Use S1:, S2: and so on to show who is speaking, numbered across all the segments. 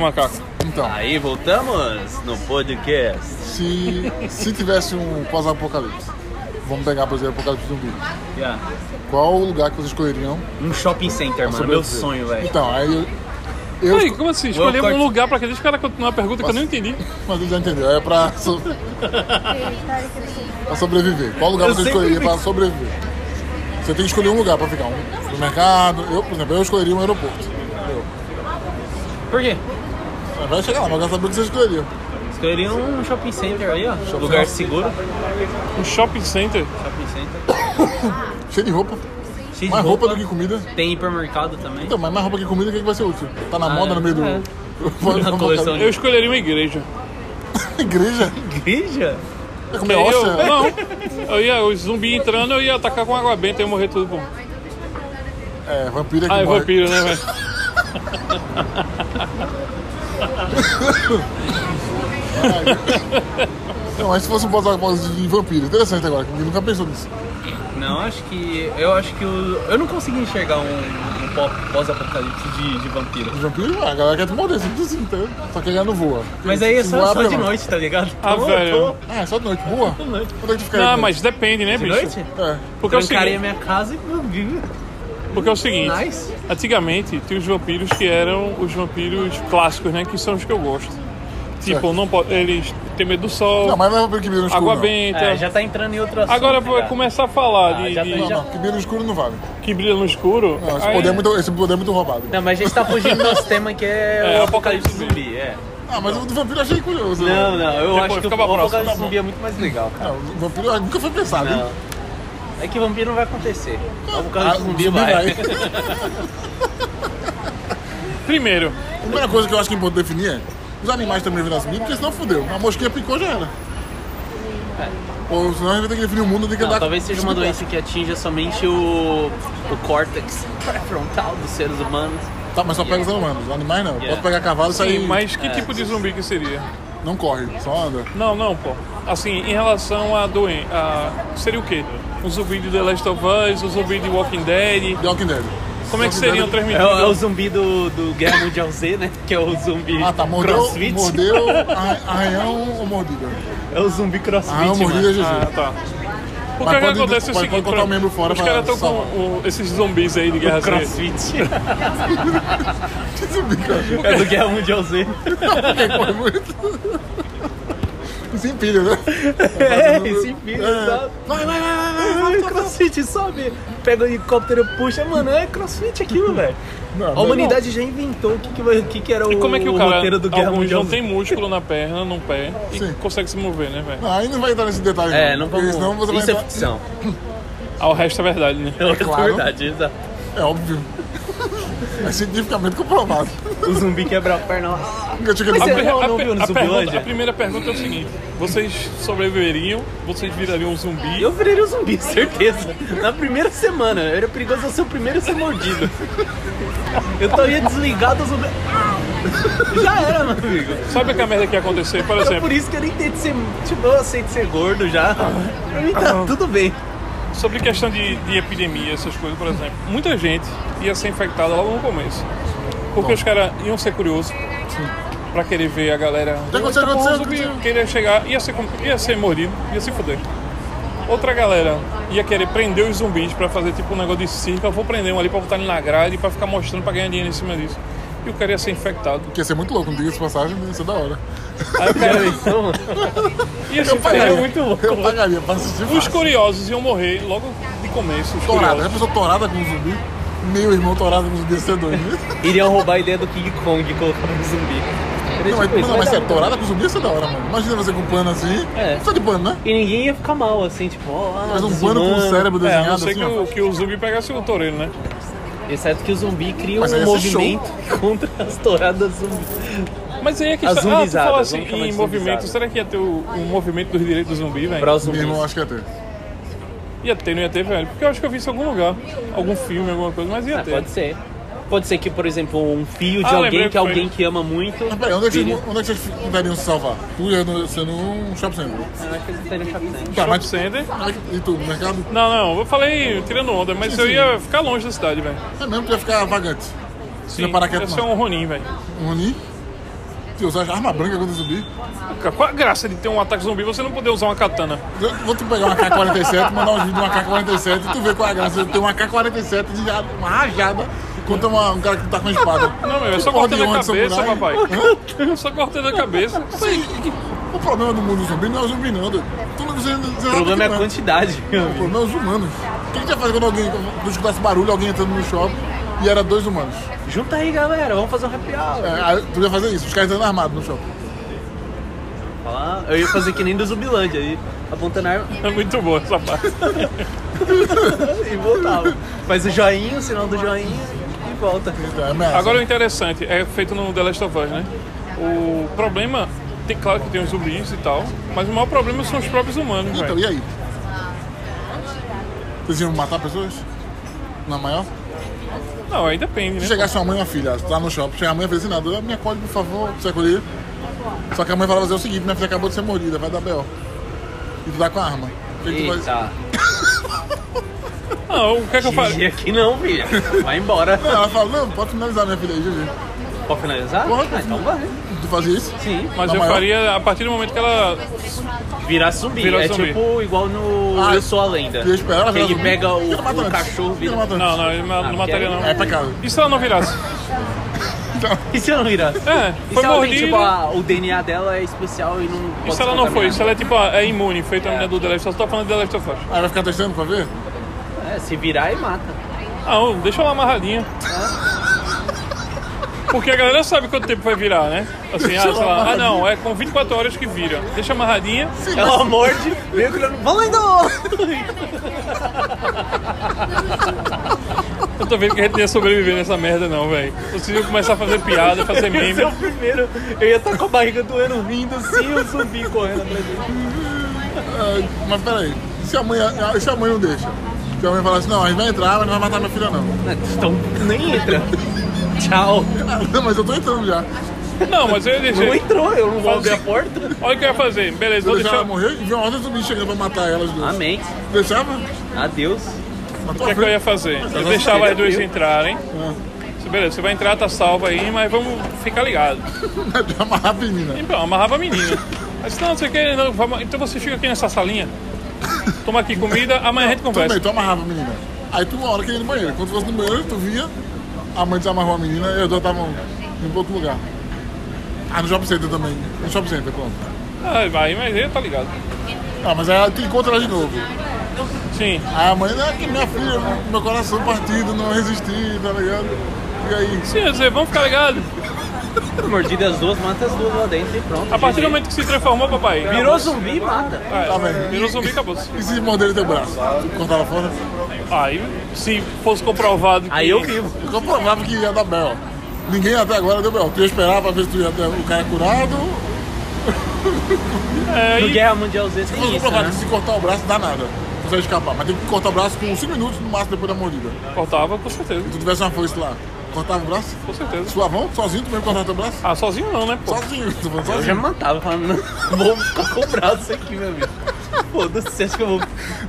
S1: Macaco.
S2: Então,
S3: Aí voltamos no podcast.
S2: se, se tivesse um pós-apocalipse, vamos pegar, por exemplo, apocalipse zumbi.
S3: Yeah.
S2: Qual o lugar que vocês escolheriam?
S3: Um shopping center, mano. Meu sonho, velho.
S2: Então, aí eu. eu
S1: Peraí, como assim? Escolher
S3: corte.
S1: um lugar pra aqueles caras continuar a pergunta que eu não entendi.
S2: Mas ele já entendeu, é pra, so- pra sobreviver. Qual lugar
S3: Eu
S2: você
S3: sempre
S2: escolheria
S3: fiz.
S2: pra sobreviver? Você tem que escolher um lugar pra ficar. Um no mercado. Eu, por exemplo, eu escolheria um aeroporto.
S3: Por quê?
S2: Mas Vai chegar lá, mas eu quero saber o que você escolheria.
S3: Escolheria um shopping center aí, ó. Lugar seguro.
S1: Um shopping center.
S3: Shopping center.
S2: Cheio de roupa.
S3: Cheio de
S2: Mais roupa do que comida.
S3: Tem hipermercado também.
S2: Então, mas mais roupa que comida, o que, é que vai ser útil? Tá na
S3: Ah,
S2: moda no meio do.
S3: é.
S2: Vamos-
S3: Na
S2: vamos
S3: coleção
S1: Eu escolheria uma igreja.
S2: colocar- Igreja? É
S3: Igreja?
S2: Vai comer
S1: eu,
S2: hóstia?
S1: não. Eu ia, os zumbi entrando, eu ia atacar com água benta e ia morrer tudo, pô.
S2: É, vampiro é que
S1: Ah, é
S2: morre.
S1: vampiro, né, velho?
S2: Não, mas se fosse um pós-apocalipse de vampiro, interessante agora, porque nunca pensou nisso.
S3: Não, acho que. Eu acho que o. Eu não consegui enxergar um, um pó- pós-apocalipse de, de vampiro.
S2: De vampiro, ah, a galera quer te morder, você não precisa, entendeu? então, Só que ele não voa.
S3: Mas aí é
S2: Se
S3: só,
S2: voar,
S3: só de
S2: problema.
S3: noite, tá ligado?
S1: Ah,
S3: Tô-
S1: velho.
S3: tô-
S2: Ah, é só de noite, boa? Onde é que tu ficaria?
S1: Não,
S2: de
S1: mas depende, né,
S3: De
S1: bicho?
S3: noite?
S2: É.
S1: Porque é o
S3: Trancaria
S1: seguinte,
S3: minha casa e eu vivo.
S1: porque é o seguinte
S3: Nice.
S1: antigamente tinha os vampiros que eram os vampiros clássicos, né, que são os que eu gosto. Tipo,
S2: Certo.
S1: não pode, eles têm medo do sol,
S2: Não, mas não é vampiro que mira no escuro.
S1: água
S2: não.
S1: benta.
S3: É, já tá entrando em outro assunto.
S1: Agora
S3: tá
S1: vou
S3: ligado?
S1: começar a falar
S3: Ah,
S1: de,
S3: já tá-
S1: de-
S2: Não,
S3: já-
S2: não, que mira no escuro não vale.
S1: que brilha no escuro.
S2: Não, esse
S1: Aí-
S2: poder, é muito, esse poder é muito roubado.
S3: Não, mas a gente tá fugindo do nosso tema que é,
S1: É,
S3: o apocalipse
S1: apocalipse
S3: zumbi, é.
S2: Ah, mas o do vampiro eu achei curioso. né?
S3: Não, não, eu
S1: Depois,
S3: acho que o
S1: fica pra próxima,
S3: apocalipse
S1: tá bom.
S3: zumbi é muito mais legal, cara.
S2: Ah, o vampiro ah, nunca foi pensado. hein?
S3: Não. É que vampiro não vai acontecer. O
S2: Ah,
S3: apocalipse
S2: o
S3: zumbi vai.
S1: Primeiro,
S2: A primeira coisa que eu acho que é importante definir é os animais também viram zumbi, porque senão fudeu. A mosquinha picou já era. Ou senão a gente vai ter que definir o mundo, tem que
S3: É. Não,
S2: andar.
S3: talvez seja uma doença que atinja somente o, o córtex pré-frontal dos seres humanos.
S2: Tá, mas só pega os humanos, os animais não.
S3: Yeah.
S2: Pode pegar cavalo e sair.
S1: sim, mas que tipo de zumbi que seria?
S2: Não corre, só anda.
S1: Não, não, pô. Assim, em relação a doença, seria o quê? Um zumbi de The Last of Us, um zumbi de Walking Dead.
S2: The Walking Dead.
S1: Como é que seriam
S3: É, o- é o
S1: transmitidos?
S3: zumbi do, do Guerra Mundial Z, né? Que é o zumbi
S2: Ah, tá, mordeu,
S3: crossfit.
S2: mordeu, arra- arranhão ou mordida?
S3: É o zumbi
S2: Arranhão,
S3: crossfit,
S2: mordida é
S3: mano.
S2: GG.
S1: Ah, tá. O que,
S2: Mas
S1: que
S2: pode-
S1: acontece é o
S2: pode-
S1: seguinte,
S2: pode botar o membro fora
S1: os
S2: pra
S1: caras estão
S2: salvar.
S1: com o- esses zumbis aí de guerra Z.
S3: Crossfit.
S2: Que zumbi, cara.
S3: é do Guerra Mundial Z.
S2: Quem corre muito. Se empilha, né?
S3: É, esse filho,
S2: É.
S3: tá?
S2: Vai, vai, vai, vai, vai.
S3: Ai, crossfit, sobe. Pega o helicóptero, puxa. Mano, é crossfit aquilo, velho.
S2: Não,
S3: A
S2: não,
S3: humanidade já inventou o que, que, vai- o que, que era
S1: E como é que o cara,
S3: roteiro do Guerra
S1: alguns
S3: Mundial
S1: não tem músculo na perna, num pé, e
S2: Sim.
S1: consegue se mover, né, velho?
S2: Não, aí não vai entrar nesse detalhe.
S3: É, não vamos...
S2: Porque senão você vai
S3: Isso é
S2: entrar...
S3: ficção.
S1: Ah, o resto é verdade, né?
S3: É
S2: claro.
S3: verdade, exato.
S2: É óbvio. É cientificamente comprovado.
S3: O zumbi quebra a perna.
S2: Nunca tinha que
S3: Mas
S2: dar-
S3: é- Não, não viu no
S1: a, pergunta,
S3: Zumbilândia?
S1: a primeira pergunta é o seguinte: vocês sobreviveriam? Vocês virariam um zumbi?
S3: Eu virei um zumbi, certeza. Na primeira semana. Era perigoso eu ser o primeiro a ser mordido. Eu estaria desligado do zumbi. Já era, meu amigo.
S1: Sabe que a merda que ia acontecer? Por
S3: Era
S1: exemplo,
S3: Então, por isso que eu nem tento ser. Tipo, eu aceito ser gordo já. Pra mim
S1: Ah,
S3: tá tudo bem.
S1: Sobre questão de, de epidemia, essas coisas, por exemplo, muita gente ia ser infectada logo no começo. Porque os caras iam ser curiosos pra querer ver a galera.
S2: Já aconteceu,
S1: "Eita,
S2: aconteceu,
S1: porra, um zumbi",
S2: aconteceu.
S1: Queria chegar, ia ser, com- ia ser mordido, ia se fuder. Outra galera ia querer prender os zumbis pra fazer tipo um negócio de circo. Eu vou prender um ali pra botar ele na grade pra ficar mostrando pra ganhar dinheiro em cima disso. E o cara ia ser infectado.
S2: Porque ia ser muito louco, não diga isso de passagem, mas ia ser da hora.
S1: Aí o cara
S3: Então,
S1: ia se
S2: pagaria.
S1: ferrar é muito louco.
S2: Eu pagaria pra assistir.
S1: Os curiosos iam morrer logo de começo. Os
S2: Torada. Já
S1: curiosos.
S2: pensou torada com um zumbi? Meu irmão torado com um zumbi ia ser doido. Não,
S3: Iriam roubar a ideia do King Kong e colocar um zumbi. Era tipo
S2: mas,
S3: isso,
S1: é
S2: não, mas é
S3: dá
S2: sério,
S3: pra-
S2: torada com zumbi ia ser da hora, mano. Imagina você com pano assim.
S3: É.
S2: Só de pano, né?
S3: E ninguém ia ficar mal, assim, tipo, ó, ah,
S2: Mas um pano com o
S3: desumano.
S2: cérebro
S1: É, a
S2: desenhado
S1: não ser
S2: assim,
S1: que
S2: ó.
S1: o, que o zumbi pegasse o toureiro, né?
S3: Exceto que o zumbi cria
S2: Mas aí
S3: um
S2: ia ser show.
S3: movimento contra as touradas zumbi.
S1: Mas aí é que
S3: As
S1: está... Ah, tu
S3: zumbizadas,
S1: fala assim,
S3: vamos chamar
S1: em
S3: de
S1: movimento,
S3: zumbizadas.
S1: será que ia ter o, o movimento dos direitos do zumbi, velho?
S3: Pra os
S2: Meu
S3: zumbis. Ah,
S2: irmão, acho que ia ter. É,
S1: Ia ter, não ia ter, velho? Porque eu acho que eu vi isso em algum lugar. Algum filme, alguma coisa, mas ia
S3: Ah,
S1: ter.
S2: é.
S3: pode ser. Pode ser que, por exemplo, um fio de
S1: Ah, lembrei
S3: alguém, que é
S1: que foi.
S3: alguém que ama muito.
S2: Mas peraí, onde é que
S3: Filho.
S2: vocês, onde é que vocês tentariam se salvar? Tu ia no- sendo um shopping center.
S3: Eu Ah, acho que eles teriam shopping center.
S2: Tá,
S1: Shopping
S2: mas...
S1: center.
S2: E tu, no mercado?
S1: Não, não, eu falei tirando onda, mas
S2: Sim,
S1: eu
S2: sim.
S1: ia ficar longe da cidade, velho.
S2: É mesmo, tu ia ficar vagante. Não ia parar quieto,
S1: ia ser
S2: não.
S1: um Ronin, velho.
S2: Um Ronin? Se usar arma branca contra zumbi,
S1: Qual a graça de ter um ataque zumbi você não poder usar uma katana?
S2: eu vou tu pegar uma K-47, mandar um vídeo de uma K-47 e tu vê qual é a graça. Tem uma K-47 de ar- uma rajada contra uma- um cara que tá com a espada.
S1: Não, meu, é
S2: Que
S1: só
S2: porra de
S1: cortando a
S2: onde,
S1: cabeça,
S2: samurai?
S1: papai.
S2: Hã?
S1: É só cortando a cabeça.
S2: Isso aí, O problema do mundo zumbi não é o zumbi, não. doido. Tu não precisa dizer
S3: O problema é a
S2: nada disso,
S3: quantidade, meu
S2: não. O
S3: amigo.
S2: problema é os humanos. O que a gente ia fazer quando alguém quando escutasse barulho, alguém entrando no shopping e era dois humanos?
S3: Junta aí, galera, vamos fazer um happy hour.
S2: É, aí tu ia fazer isso, os caras entrando armados no shopping.
S3: Falar- Eu ia fazer que nem do Zumbilândia, aí apontando a arma
S1: É muito boa essa parte.
S3: e voltava. Faz o joinha, o sinal do joinha e volta.
S2: Então, é ameaça.
S1: Agora o interessante, é feito no The Last of Us, né? O problema, tem, claro que tem os zumbis e tal, mas o maior problema são os próprios humanos,
S2: Então,
S1: velho.
S2: e aí? Vocês iam matar pessoas? Na maior?
S1: Não, aí depende,
S2: Se
S1: né?
S2: chegasse uma mãe e uma filha, lá no shopping, chega a mãe e fala assim, nada, me acorde, por favor, pra você acolher. Só que a mãe vai fazer o seguinte, minha filha acabou de ser mordida, vai dar B.O. E tu dá com a arma. O que que tu faz?
S3: Eita,
S1: Não, o que é que eu faria?
S3: GG aqui não, filha. Vai embora.
S2: Não, ela fala, não, pode finalizar minha filha aí, GG.
S3: Pode finalizar?
S2: Pode.
S3: Ah, então vai.
S2: Tu fazia isso?
S3: Sim.
S1: Mas
S2: Na
S1: eu
S2: maior?
S1: faria a partir do momento que ela.
S3: Virar zumbi.
S1: Virar
S3: é
S1: zumbi.
S3: tipo igual no
S2: Ah,
S3: Eu Sou a Lenda.
S2: Tu ia esperar ela
S3: Que
S2: virar
S3: ele
S2: zumbi?
S3: pega o-
S2: Ele mata
S3: o
S2: antes.
S3: cachorro,
S2: Ele
S3: vira-
S2: mata antes.
S1: Não, não, ele ma-
S3: Ah,
S1: não mataria
S3: porque
S1: não.
S3: aí-
S2: É pecado.
S1: E se ela não virasse?
S3: E se ela não virasse?
S1: É,
S3: E
S1: foi
S3: se ela tem,
S1: mordida.
S3: tipo, a- o DNA dela é especial e não
S1: E
S3: pode
S1: se ela não foi?
S3: contaminar?
S1: Se ela é tipo, ah, é imune, feito a menina do The Last of Us, tô falando do The Last of Us.
S2: Aí vai ficar testando pra ver?
S3: É, se virar e mata.
S1: Não, deixa ela amarradinha. Porque a galera sabe quanto tempo vai virar, né? Assim, ah, sei lá, ah não, é com 24 horas que vira. Deixa amarradinha.
S3: Ela morde, meio que olhando, valendo!
S1: Eu tô vendo que a gente não ia sobreviver nessa merda não, velho. Se eu começar a fazer piada, fazer
S3: Esse é o
S1: meme.
S3: primeiro. Eu ia estar com a barriga doendo, rindo assim, o zumbi correndo atrás dele.
S2: Ah, mas peraí, se a mãe, ah, se a mãe não deixa? Se a mãe fala assim, não, a gente vai entrar, mas não vai matar minha filha não.
S3: Então, nem entra. Tchau.
S2: Ah, Não, mas eu tô entrando já.
S3: um
S1: Não, mas eu ia
S3: Não
S1: dizer.
S3: entrou, eu não vou abrir a porta.
S1: Olha o que eu ia fazer. Beleza,
S2: Eu
S1: vou
S2: deixava
S1: deixar.
S2: ela morrer e viu uma ordem zumbi chegando pra matar elas duas.
S3: Amém.
S2: Deixava?
S3: Adeus.
S1: O que, é que eu ia fazer? Eu deixava as duas entrarem.
S3: Ah.
S1: Beleza, você vai entrar, tá salva aí, mas vamos ficar ligado.
S2: De amarrar a menina.
S1: Então, amarrava a menina. Aí disse, não, você quer. Não, vamos- então você fica aqui nessa salinha, toma aqui comida, amanhã a gente
S2: Tudo
S1: conversa.
S2: bem, tu amarrava a menina. Aí tu uma hora queria ir no banheiro. Quando tu fosse no banheiro, tu via, a mãe desamarrou a menina e as duas estavam em outro lugar. Ah, no shopping center também. No shopping center, pronto.
S1: Ah, vai, mas ele tá ligado.
S2: Ah, mas aí tu encontra ela de novo.
S1: Sim.
S2: Aí a mãe, ah, que minha filha, meu coração partido, não resisti, tá ligado? E aí?
S1: Sim, eu ia dizer, vamos ficar ligado.
S3: Mordida as duas, mata as duas lá dentro e pronto.
S1: A partir do
S3: GG.
S1: momento que se transformou, papai.
S3: Virou zumbi, mata.
S1: É,
S2: Tá vendo?
S1: Virou zumbi, acabou.
S2: E se morder teu braço? Cortar lá fora?
S1: Aí, se fosse comprovado. que-
S3: Aí eu vivo.
S2: Eu provava que ia dar bel. Ninguém até agora deu bel. Tu ia esperar pra ver se tu ia ter o cara curado.
S1: É,
S3: No
S1: e-
S3: Guerra Mundial Z
S2: Mas
S3: tem
S2: eu
S3: isso,
S2: provava
S3: né?
S2: que se cortar o braço, dá nada. Não Consegue escapar. Mas tem que cortar o braço com 5 minutos no máximo depois da mordida.
S1: Cortava, com certeza,
S2: Se tu tivesse uma foice lá, cortava o braço?
S1: com certeza.
S2: Suavão? Sozinho? Tu mesmo cortava teu braço?
S1: Ah, sozinho não, né, pô?
S2: Sozinho. Tu falou
S3: Eu já
S2: sozinho.
S3: me matava, falando, não, vou ficar com o braço aqui, meu amigo. Foda-se, você acha que eu vou.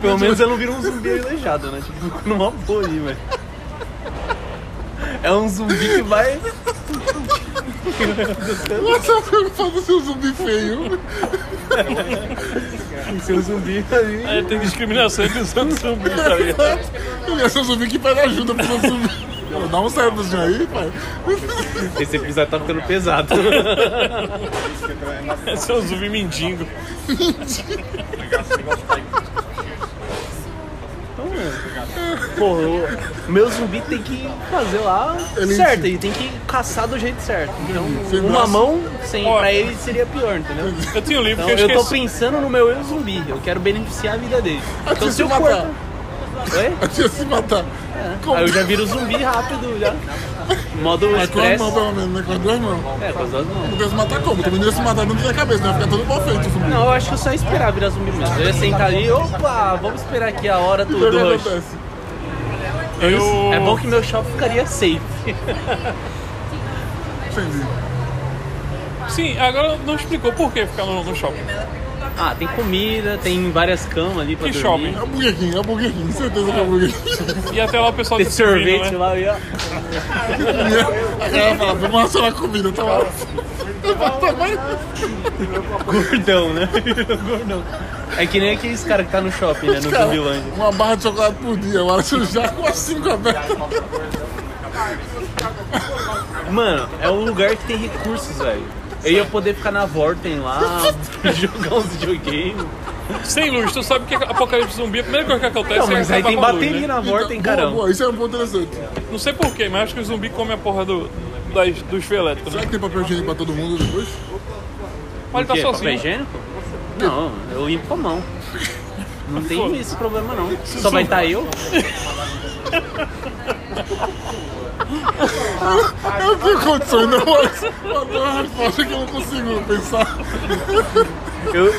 S3: Pelo menos eu não viro um zumbi aleijado, né? Tipo, fico numa boa aí, velho. É um zumbi que vai.
S2: Nossa, eu fico falando assim, um zumbi feio.
S3: Tem que ser um zumbi ali.
S1: Aí É, tem discriminação entre os anos zumbi, tá ligado?
S2: Eu ia ser um zumbi que pede ajuda pro outro zumbi. Pô, Dá um serviço aí, pai.
S3: Esse episódio tá ficando pesado.
S1: Esse é um zumbi mendigo.
S3: Porra, o meu zumbi tem que fazer lá
S2: Ele-
S3: certo, ele tem que caçar do jeito certo. Então,
S2: Sem
S3: uma
S2: braço.
S3: mão sem,
S1: Ó.
S3: pra ele seria pior, entendeu?
S1: Eu tinha um livro
S3: Então,
S1: que eu
S3: eu tô
S1: esqueci.
S3: pensando no meu eu zumbi, eu quero beneficiar a vida dele. Então,
S2: Antes
S3: se
S2: de
S3: eu
S2: matar.
S3: cortar. Oi?
S2: Eu ia se matar. Como?
S3: Aí eu já viro zumbi rápido, já. Modo
S2: Mas É com as
S3: estresse.
S2: mãos, pelo menos, né? Com as duas mãos.
S3: É, com as duas mãos.
S2: Não quer se matar como? Também não ia se matar dentro da cabeça, né? Ia ficar todo mal feito o zumbi.
S3: Não, eu acho que eu só ia esperar virar zumbi mesmo. Eu ia sentar ali, opa, vamos esperar aqui a hora do,
S2: Então, o que
S3: do rush.
S2: acontece?
S1: Eu...
S3: É bom que meu shopping ficaria safe.
S2: Entendi.
S1: Sim, agora não explicou por que ficar no, no shopping.
S3: Ah, tem comida, tem várias camas ali pra
S1: Que
S3: dormir.
S1: shopping?
S2: É o Burger King, é o Burger King, certeza que é o Burger King.
S1: E até lá o pessoal
S3: Tem sorvete
S1: né?
S3: lá e ó.
S2: A galera fala, vamos racionar a comida, tá lá.
S3: Gordão, né? Gordão. É que nem aqueles caras que tá no shopping, né? No
S2: Cara,
S3: Zumbilândia.
S2: uma barra de chocolate por dia, agora você já com as cinco abertas.
S3: Mano, é um lugar que tem recursos, velho. Eu ia poder ficar na Vorten lá, jogar uns videogames.
S1: Sem luz, tu sabe que é apocalipse zumbi, a primeira coisa que acontece
S3: né? Não,
S1: é
S3: Tá, mas aí
S1: acabar
S3: tem
S1: com a luz,
S3: bateria
S1: né?
S3: na Vorten,
S2: Então, boa,
S3: caramba.
S2: boa, isso é um ponto interessante.
S1: Não sei porquê, mas acho que o zumbi come a porra do, das, dos fios elétricos, né?
S2: Será que tem papel higiênico pra todo mundo depois?
S1: Mas ele tá
S3: Que, papel
S1: sozinho.
S3: higiênico? Não, eu limpo com a mão. Não tem esse problema, não. Só vai estar eu?
S2: Eu não tenho condições, não, mas mas é uma resposta que eu não consigo pensar.
S3: eu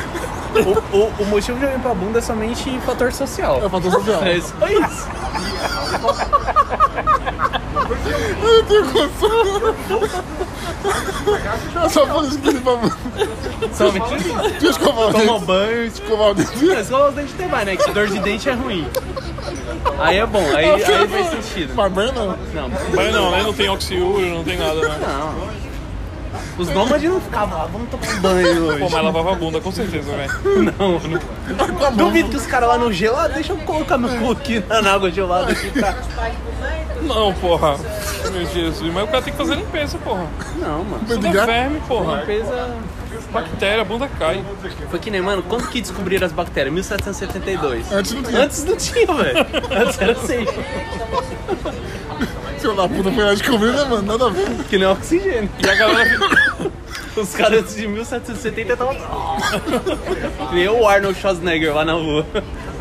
S3: o, o- o motivo de eu limpar a bunda é somente fator social.
S2: É fator social.
S3: É só isso.
S2: Eu não tenho condições. É só por isso que ele falou.
S3: Somente isso.
S2: Deixa eu escovar o
S3: Toma um
S2: dente.
S3: banho,
S2: Escovar o dente.
S3: Não, escova É os dentes tem mais, né? Que dor de dente é ruim. Aí é bom, aí, aí faz sentido.
S2: Mas banho não.
S3: Não,
S1: Mas não, né? Não tem oxiúrio, não tem nada, né?
S3: não. Os nômades não ficavam lá, vamos tomar um banho hoje.
S1: Pô, mas lavava a bunda, com certeza, velho.
S3: Não, não.
S2: tá Com a mão.
S3: Duvido que os caras lá no gelado, deixa eu colocar meu cu aqui na na água gelada aqui, tá?
S1: Não, porra. Meu Jesus, mas o cara tem que fazer limpeza, porra.
S3: Não, mano.
S1: Tudo é
S2: Ligar?
S1: verme, porra.
S3: Limpeza.
S1: Bactéria, a bunda cai.
S3: Foi que nem, mano, quando que descobriram as bactérias? 1772.
S2: Antes não tinha.
S3: Antes não tinha, velho. Antes era assim.
S2: Seu lá puta foi lá de comer, né, mano? Nada a ver.
S3: Que nem oxigênio.
S1: E a galera.
S3: Os caras antes de 1770 estavam. E eu, o Arnold Schwarzenegger lá na lua.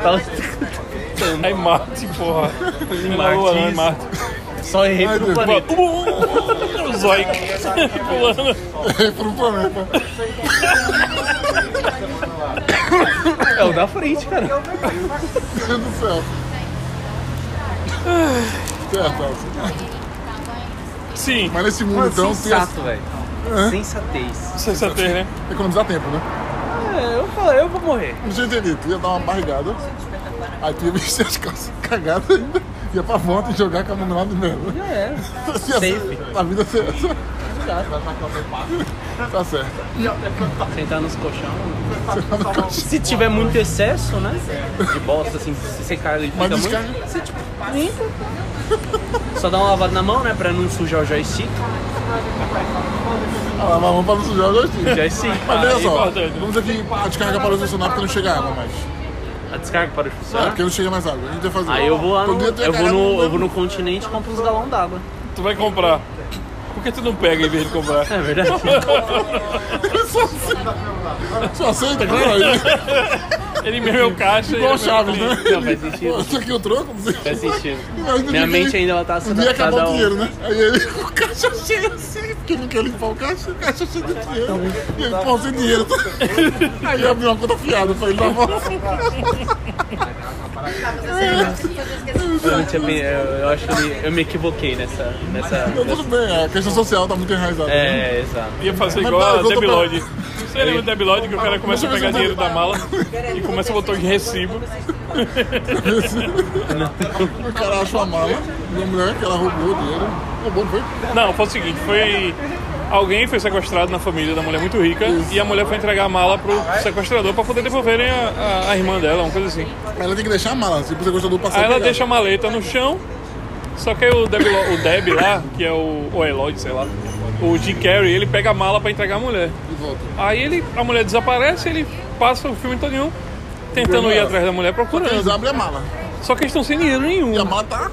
S3: Tava
S1: É em Marte, porra. Em Marte. Lua, não, é em Marte.
S3: só errei
S2: Ai,
S3: pro
S2: Deus.
S1: "Uh,
S3: planeta.
S1: O uh, Zoic. Tipo, Pulando.
S2: É por um planeta.
S3: É o da frente, cara.
S2: Meu Deus do céu. Certo, Alves.
S1: Sim,
S2: Mas nesse mundo, então,
S3: assim,
S2: tem a-
S3: Sensato, um velho. Sensatez.
S1: sensatez, né?
S2: economizar tempo, né?
S3: É, eu falei, eu vou morrer.
S2: Não tinha entendido. Tu ia dar uma barrigada, aí tu ia mexer as calças cagadas ainda, ia pra volta e jogar com a mão do mesmo. Assim,
S3: Já era. É. Safe.
S2: A vida é essa. Tá certo.
S3: Sentar nos colchão. Se tiver muito excesso, né? De bosta, assim, se você caga e fica
S2: Mas
S3: muito.
S2: descarga.
S3: Você, tipo, limpa. tá? Só dá uma lavada na mão, né? Pra não sujar o joystick.
S2: Ah, lá, vamos pra não sujar o
S3: O
S2: gostinho.
S3: joystick.
S2: Mas veja
S1: Aí,
S2: só,
S1: importante.
S2: vamos dizer que a descarga parou de funcionar porque não chega água mais.
S3: A descarga para de
S2: É,
S3: funcionar.
S2: porque não chega mais água. A gente vai fazer.
S3: Tá. Aí eu vou lá no,
S2: Podia ter
S3: eu vou
S2: cagado
S3: no, eu vou no continente e compro uns galão d'água.
S1: Tu vai comprar. Por que tu não pega em vez de comprar?
S3: É verdade?
S2: Só aceita, claro. Aí.
S1: Ele mesmo é o caixa.
S2: Igual
S1: e ele é
S2: Chaves,
S1: meu
S2: né?
S1: cliente.
S3: Não, faz sentido.
S2: Isso aqui eu troco, não sei.
S3: Faz sentido.
S2: Imagina
S3: Minha
S2: que
S3: mente
S2: ele-
S3: ainda ela tá
S2: Um dia acabou
S3: adaptada
S2: o
S3: ao-
S2: dinheiro, né? Aí ele com o caixa cheio assim, porque não quer limpar o caixa, o caixa cheio de dinheiro. E ele, pô, sem dinheiro. Aí eu abri uma conta fiada, eu falei, dá uma
S3: Eu, não tinha pe- eu- eu acho que eu me, eu me equivoquei nessa. nessa
S2: Não, tudo bem, a questão social tá muito enraizada. né?
S3: é, exato.
S1: Ia fazer
S2: Mas
S1: igual
S2: tá,
S1: a
S2: eu tô
S1: Debi
S2: pra-
S1: Lloyd. Você lembra do Debi Lloyd que o cara começa a pegar dinheiro da mala e começa a botar os recibo.
S2: O cara achou a mala de uma mulher que ela roubou o dinheiro. Roubou, não foi?
S1: Não, foi o seguinte, foi. Alguém foi sequestrado na família da mulher muito rica e a mulher foi entregar a mala pro sequestrador pra poder devolverem a, a- a irmã dela, uma coisa assim.
S2: Ela tem que deixar a mala, se você gostou do passeio.
S1: Aí ela deixa a maleta no chão, só que aí o Deb, o Deb lá, que é o, o Eloy, sei lá, o Jim Carrey, ele pega a mala pra entregar a mulher.
S2: de volta.
S1: Aí ele, a mulher desaparece, ele passa o filme todo nenhum tentando ir atrás da mulher
S2: Eles
S1: procurando.
S2: abrem a mala.
S1: Só que eles estão sem dinheiro
S2: E a
S1: nenhum.
S2: mala tá.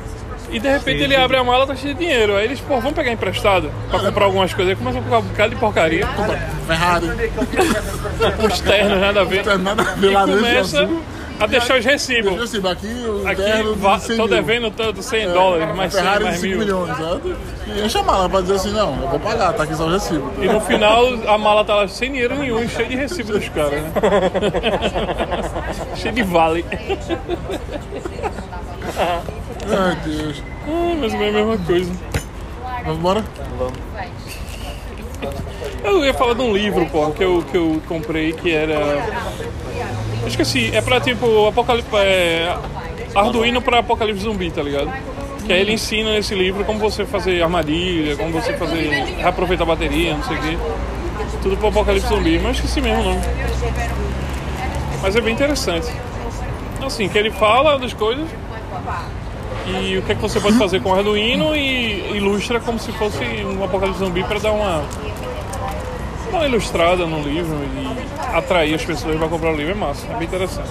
S1: E de repente ele abre a mala, tá cheio de dinheiro. Aí eles, pô, vamos pegar emprestado pra
S2: é
S1: comprar algumas coisas. Aí começa a comprar um bocado de porcaria,
S2: Compra Ferrari.
S1: uns ternos, nada a ver.
S2: Não tem nada a ver
S1: E
S2: lá dentro.
S1: começa
S2: assim.
S1: a deixar os
S2: Deixa
S1: recibos.
S2: assim, aqui o
S1: Aqui,
S2: terno de
S1: va-
S2: 100
S1: tô
S2: mil.
S1: devendo tanto 100 dólares,
S2: Uma
S1: mais 100,
S2: Ferrari de
S1: mais
S2: 5
S1: mil.
S2: milhões, sabe? E eu chamava pra dizer assim, não, eu vou pagar, tá aqui só o recibo.
S1: E no final a mala tá lá sem dinheiro nenhum, e cheio de recibo dos caras, né? cheio de vale.
S2: Ai, Deus.
S1: Hum, é Ah, mais ou menos a mesma coisa.
S2: Vamos embora?
S1: Eu ia falar de um livro, pô, que eu, que eu comprei que era. Eu esqueci, é pra tipo apocalipse. É... Arduino pra apocalipse zumbi, tá ligado? Que aí ele ensina nesse livro como você fazer armadilha, como você fazer. reaproveitar a bateria, não sei o quê. Tudo pro apocalipse zumbi, mas eu esqueci mesmo o nome. Mas é bem interessante. Assim, que ele fala das coisas e o que é que você pode fazer com o Arduino e ilustra como se fosse um apocalipse zumbi pra dar uma dar uma ilustrada no livro e atrair as pessoas para comprar o livro é massa, é bem interessante.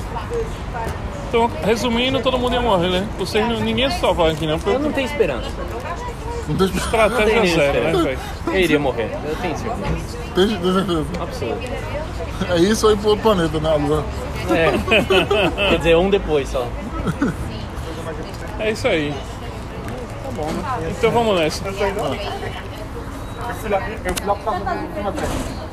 S1: Então, resumindo, todo mundo ia morrer, né? Vocês não, ninguém ia se salvar aqui, não. Foi
S3: Eu não tenho esperança.
S2: Não tem esperança.
S3: Não
S1: estratégia
S3: tenho nenhuma
S1: zero, né,
S3: esperança.
S1: velho?
S3: Eu iria morrer. Eu tenho certeza.
S2: Tem tem certeza.
S3: Absoluto.
S2: É isso ou ir pro outro planeta, né, a Lua?
S3: É. Quer dizer, um depois só.
S1: É isso aí. Tá bom, né? Então vamos nessa.
S4: Eu fui lá, eu fui lá por causa de uma treta.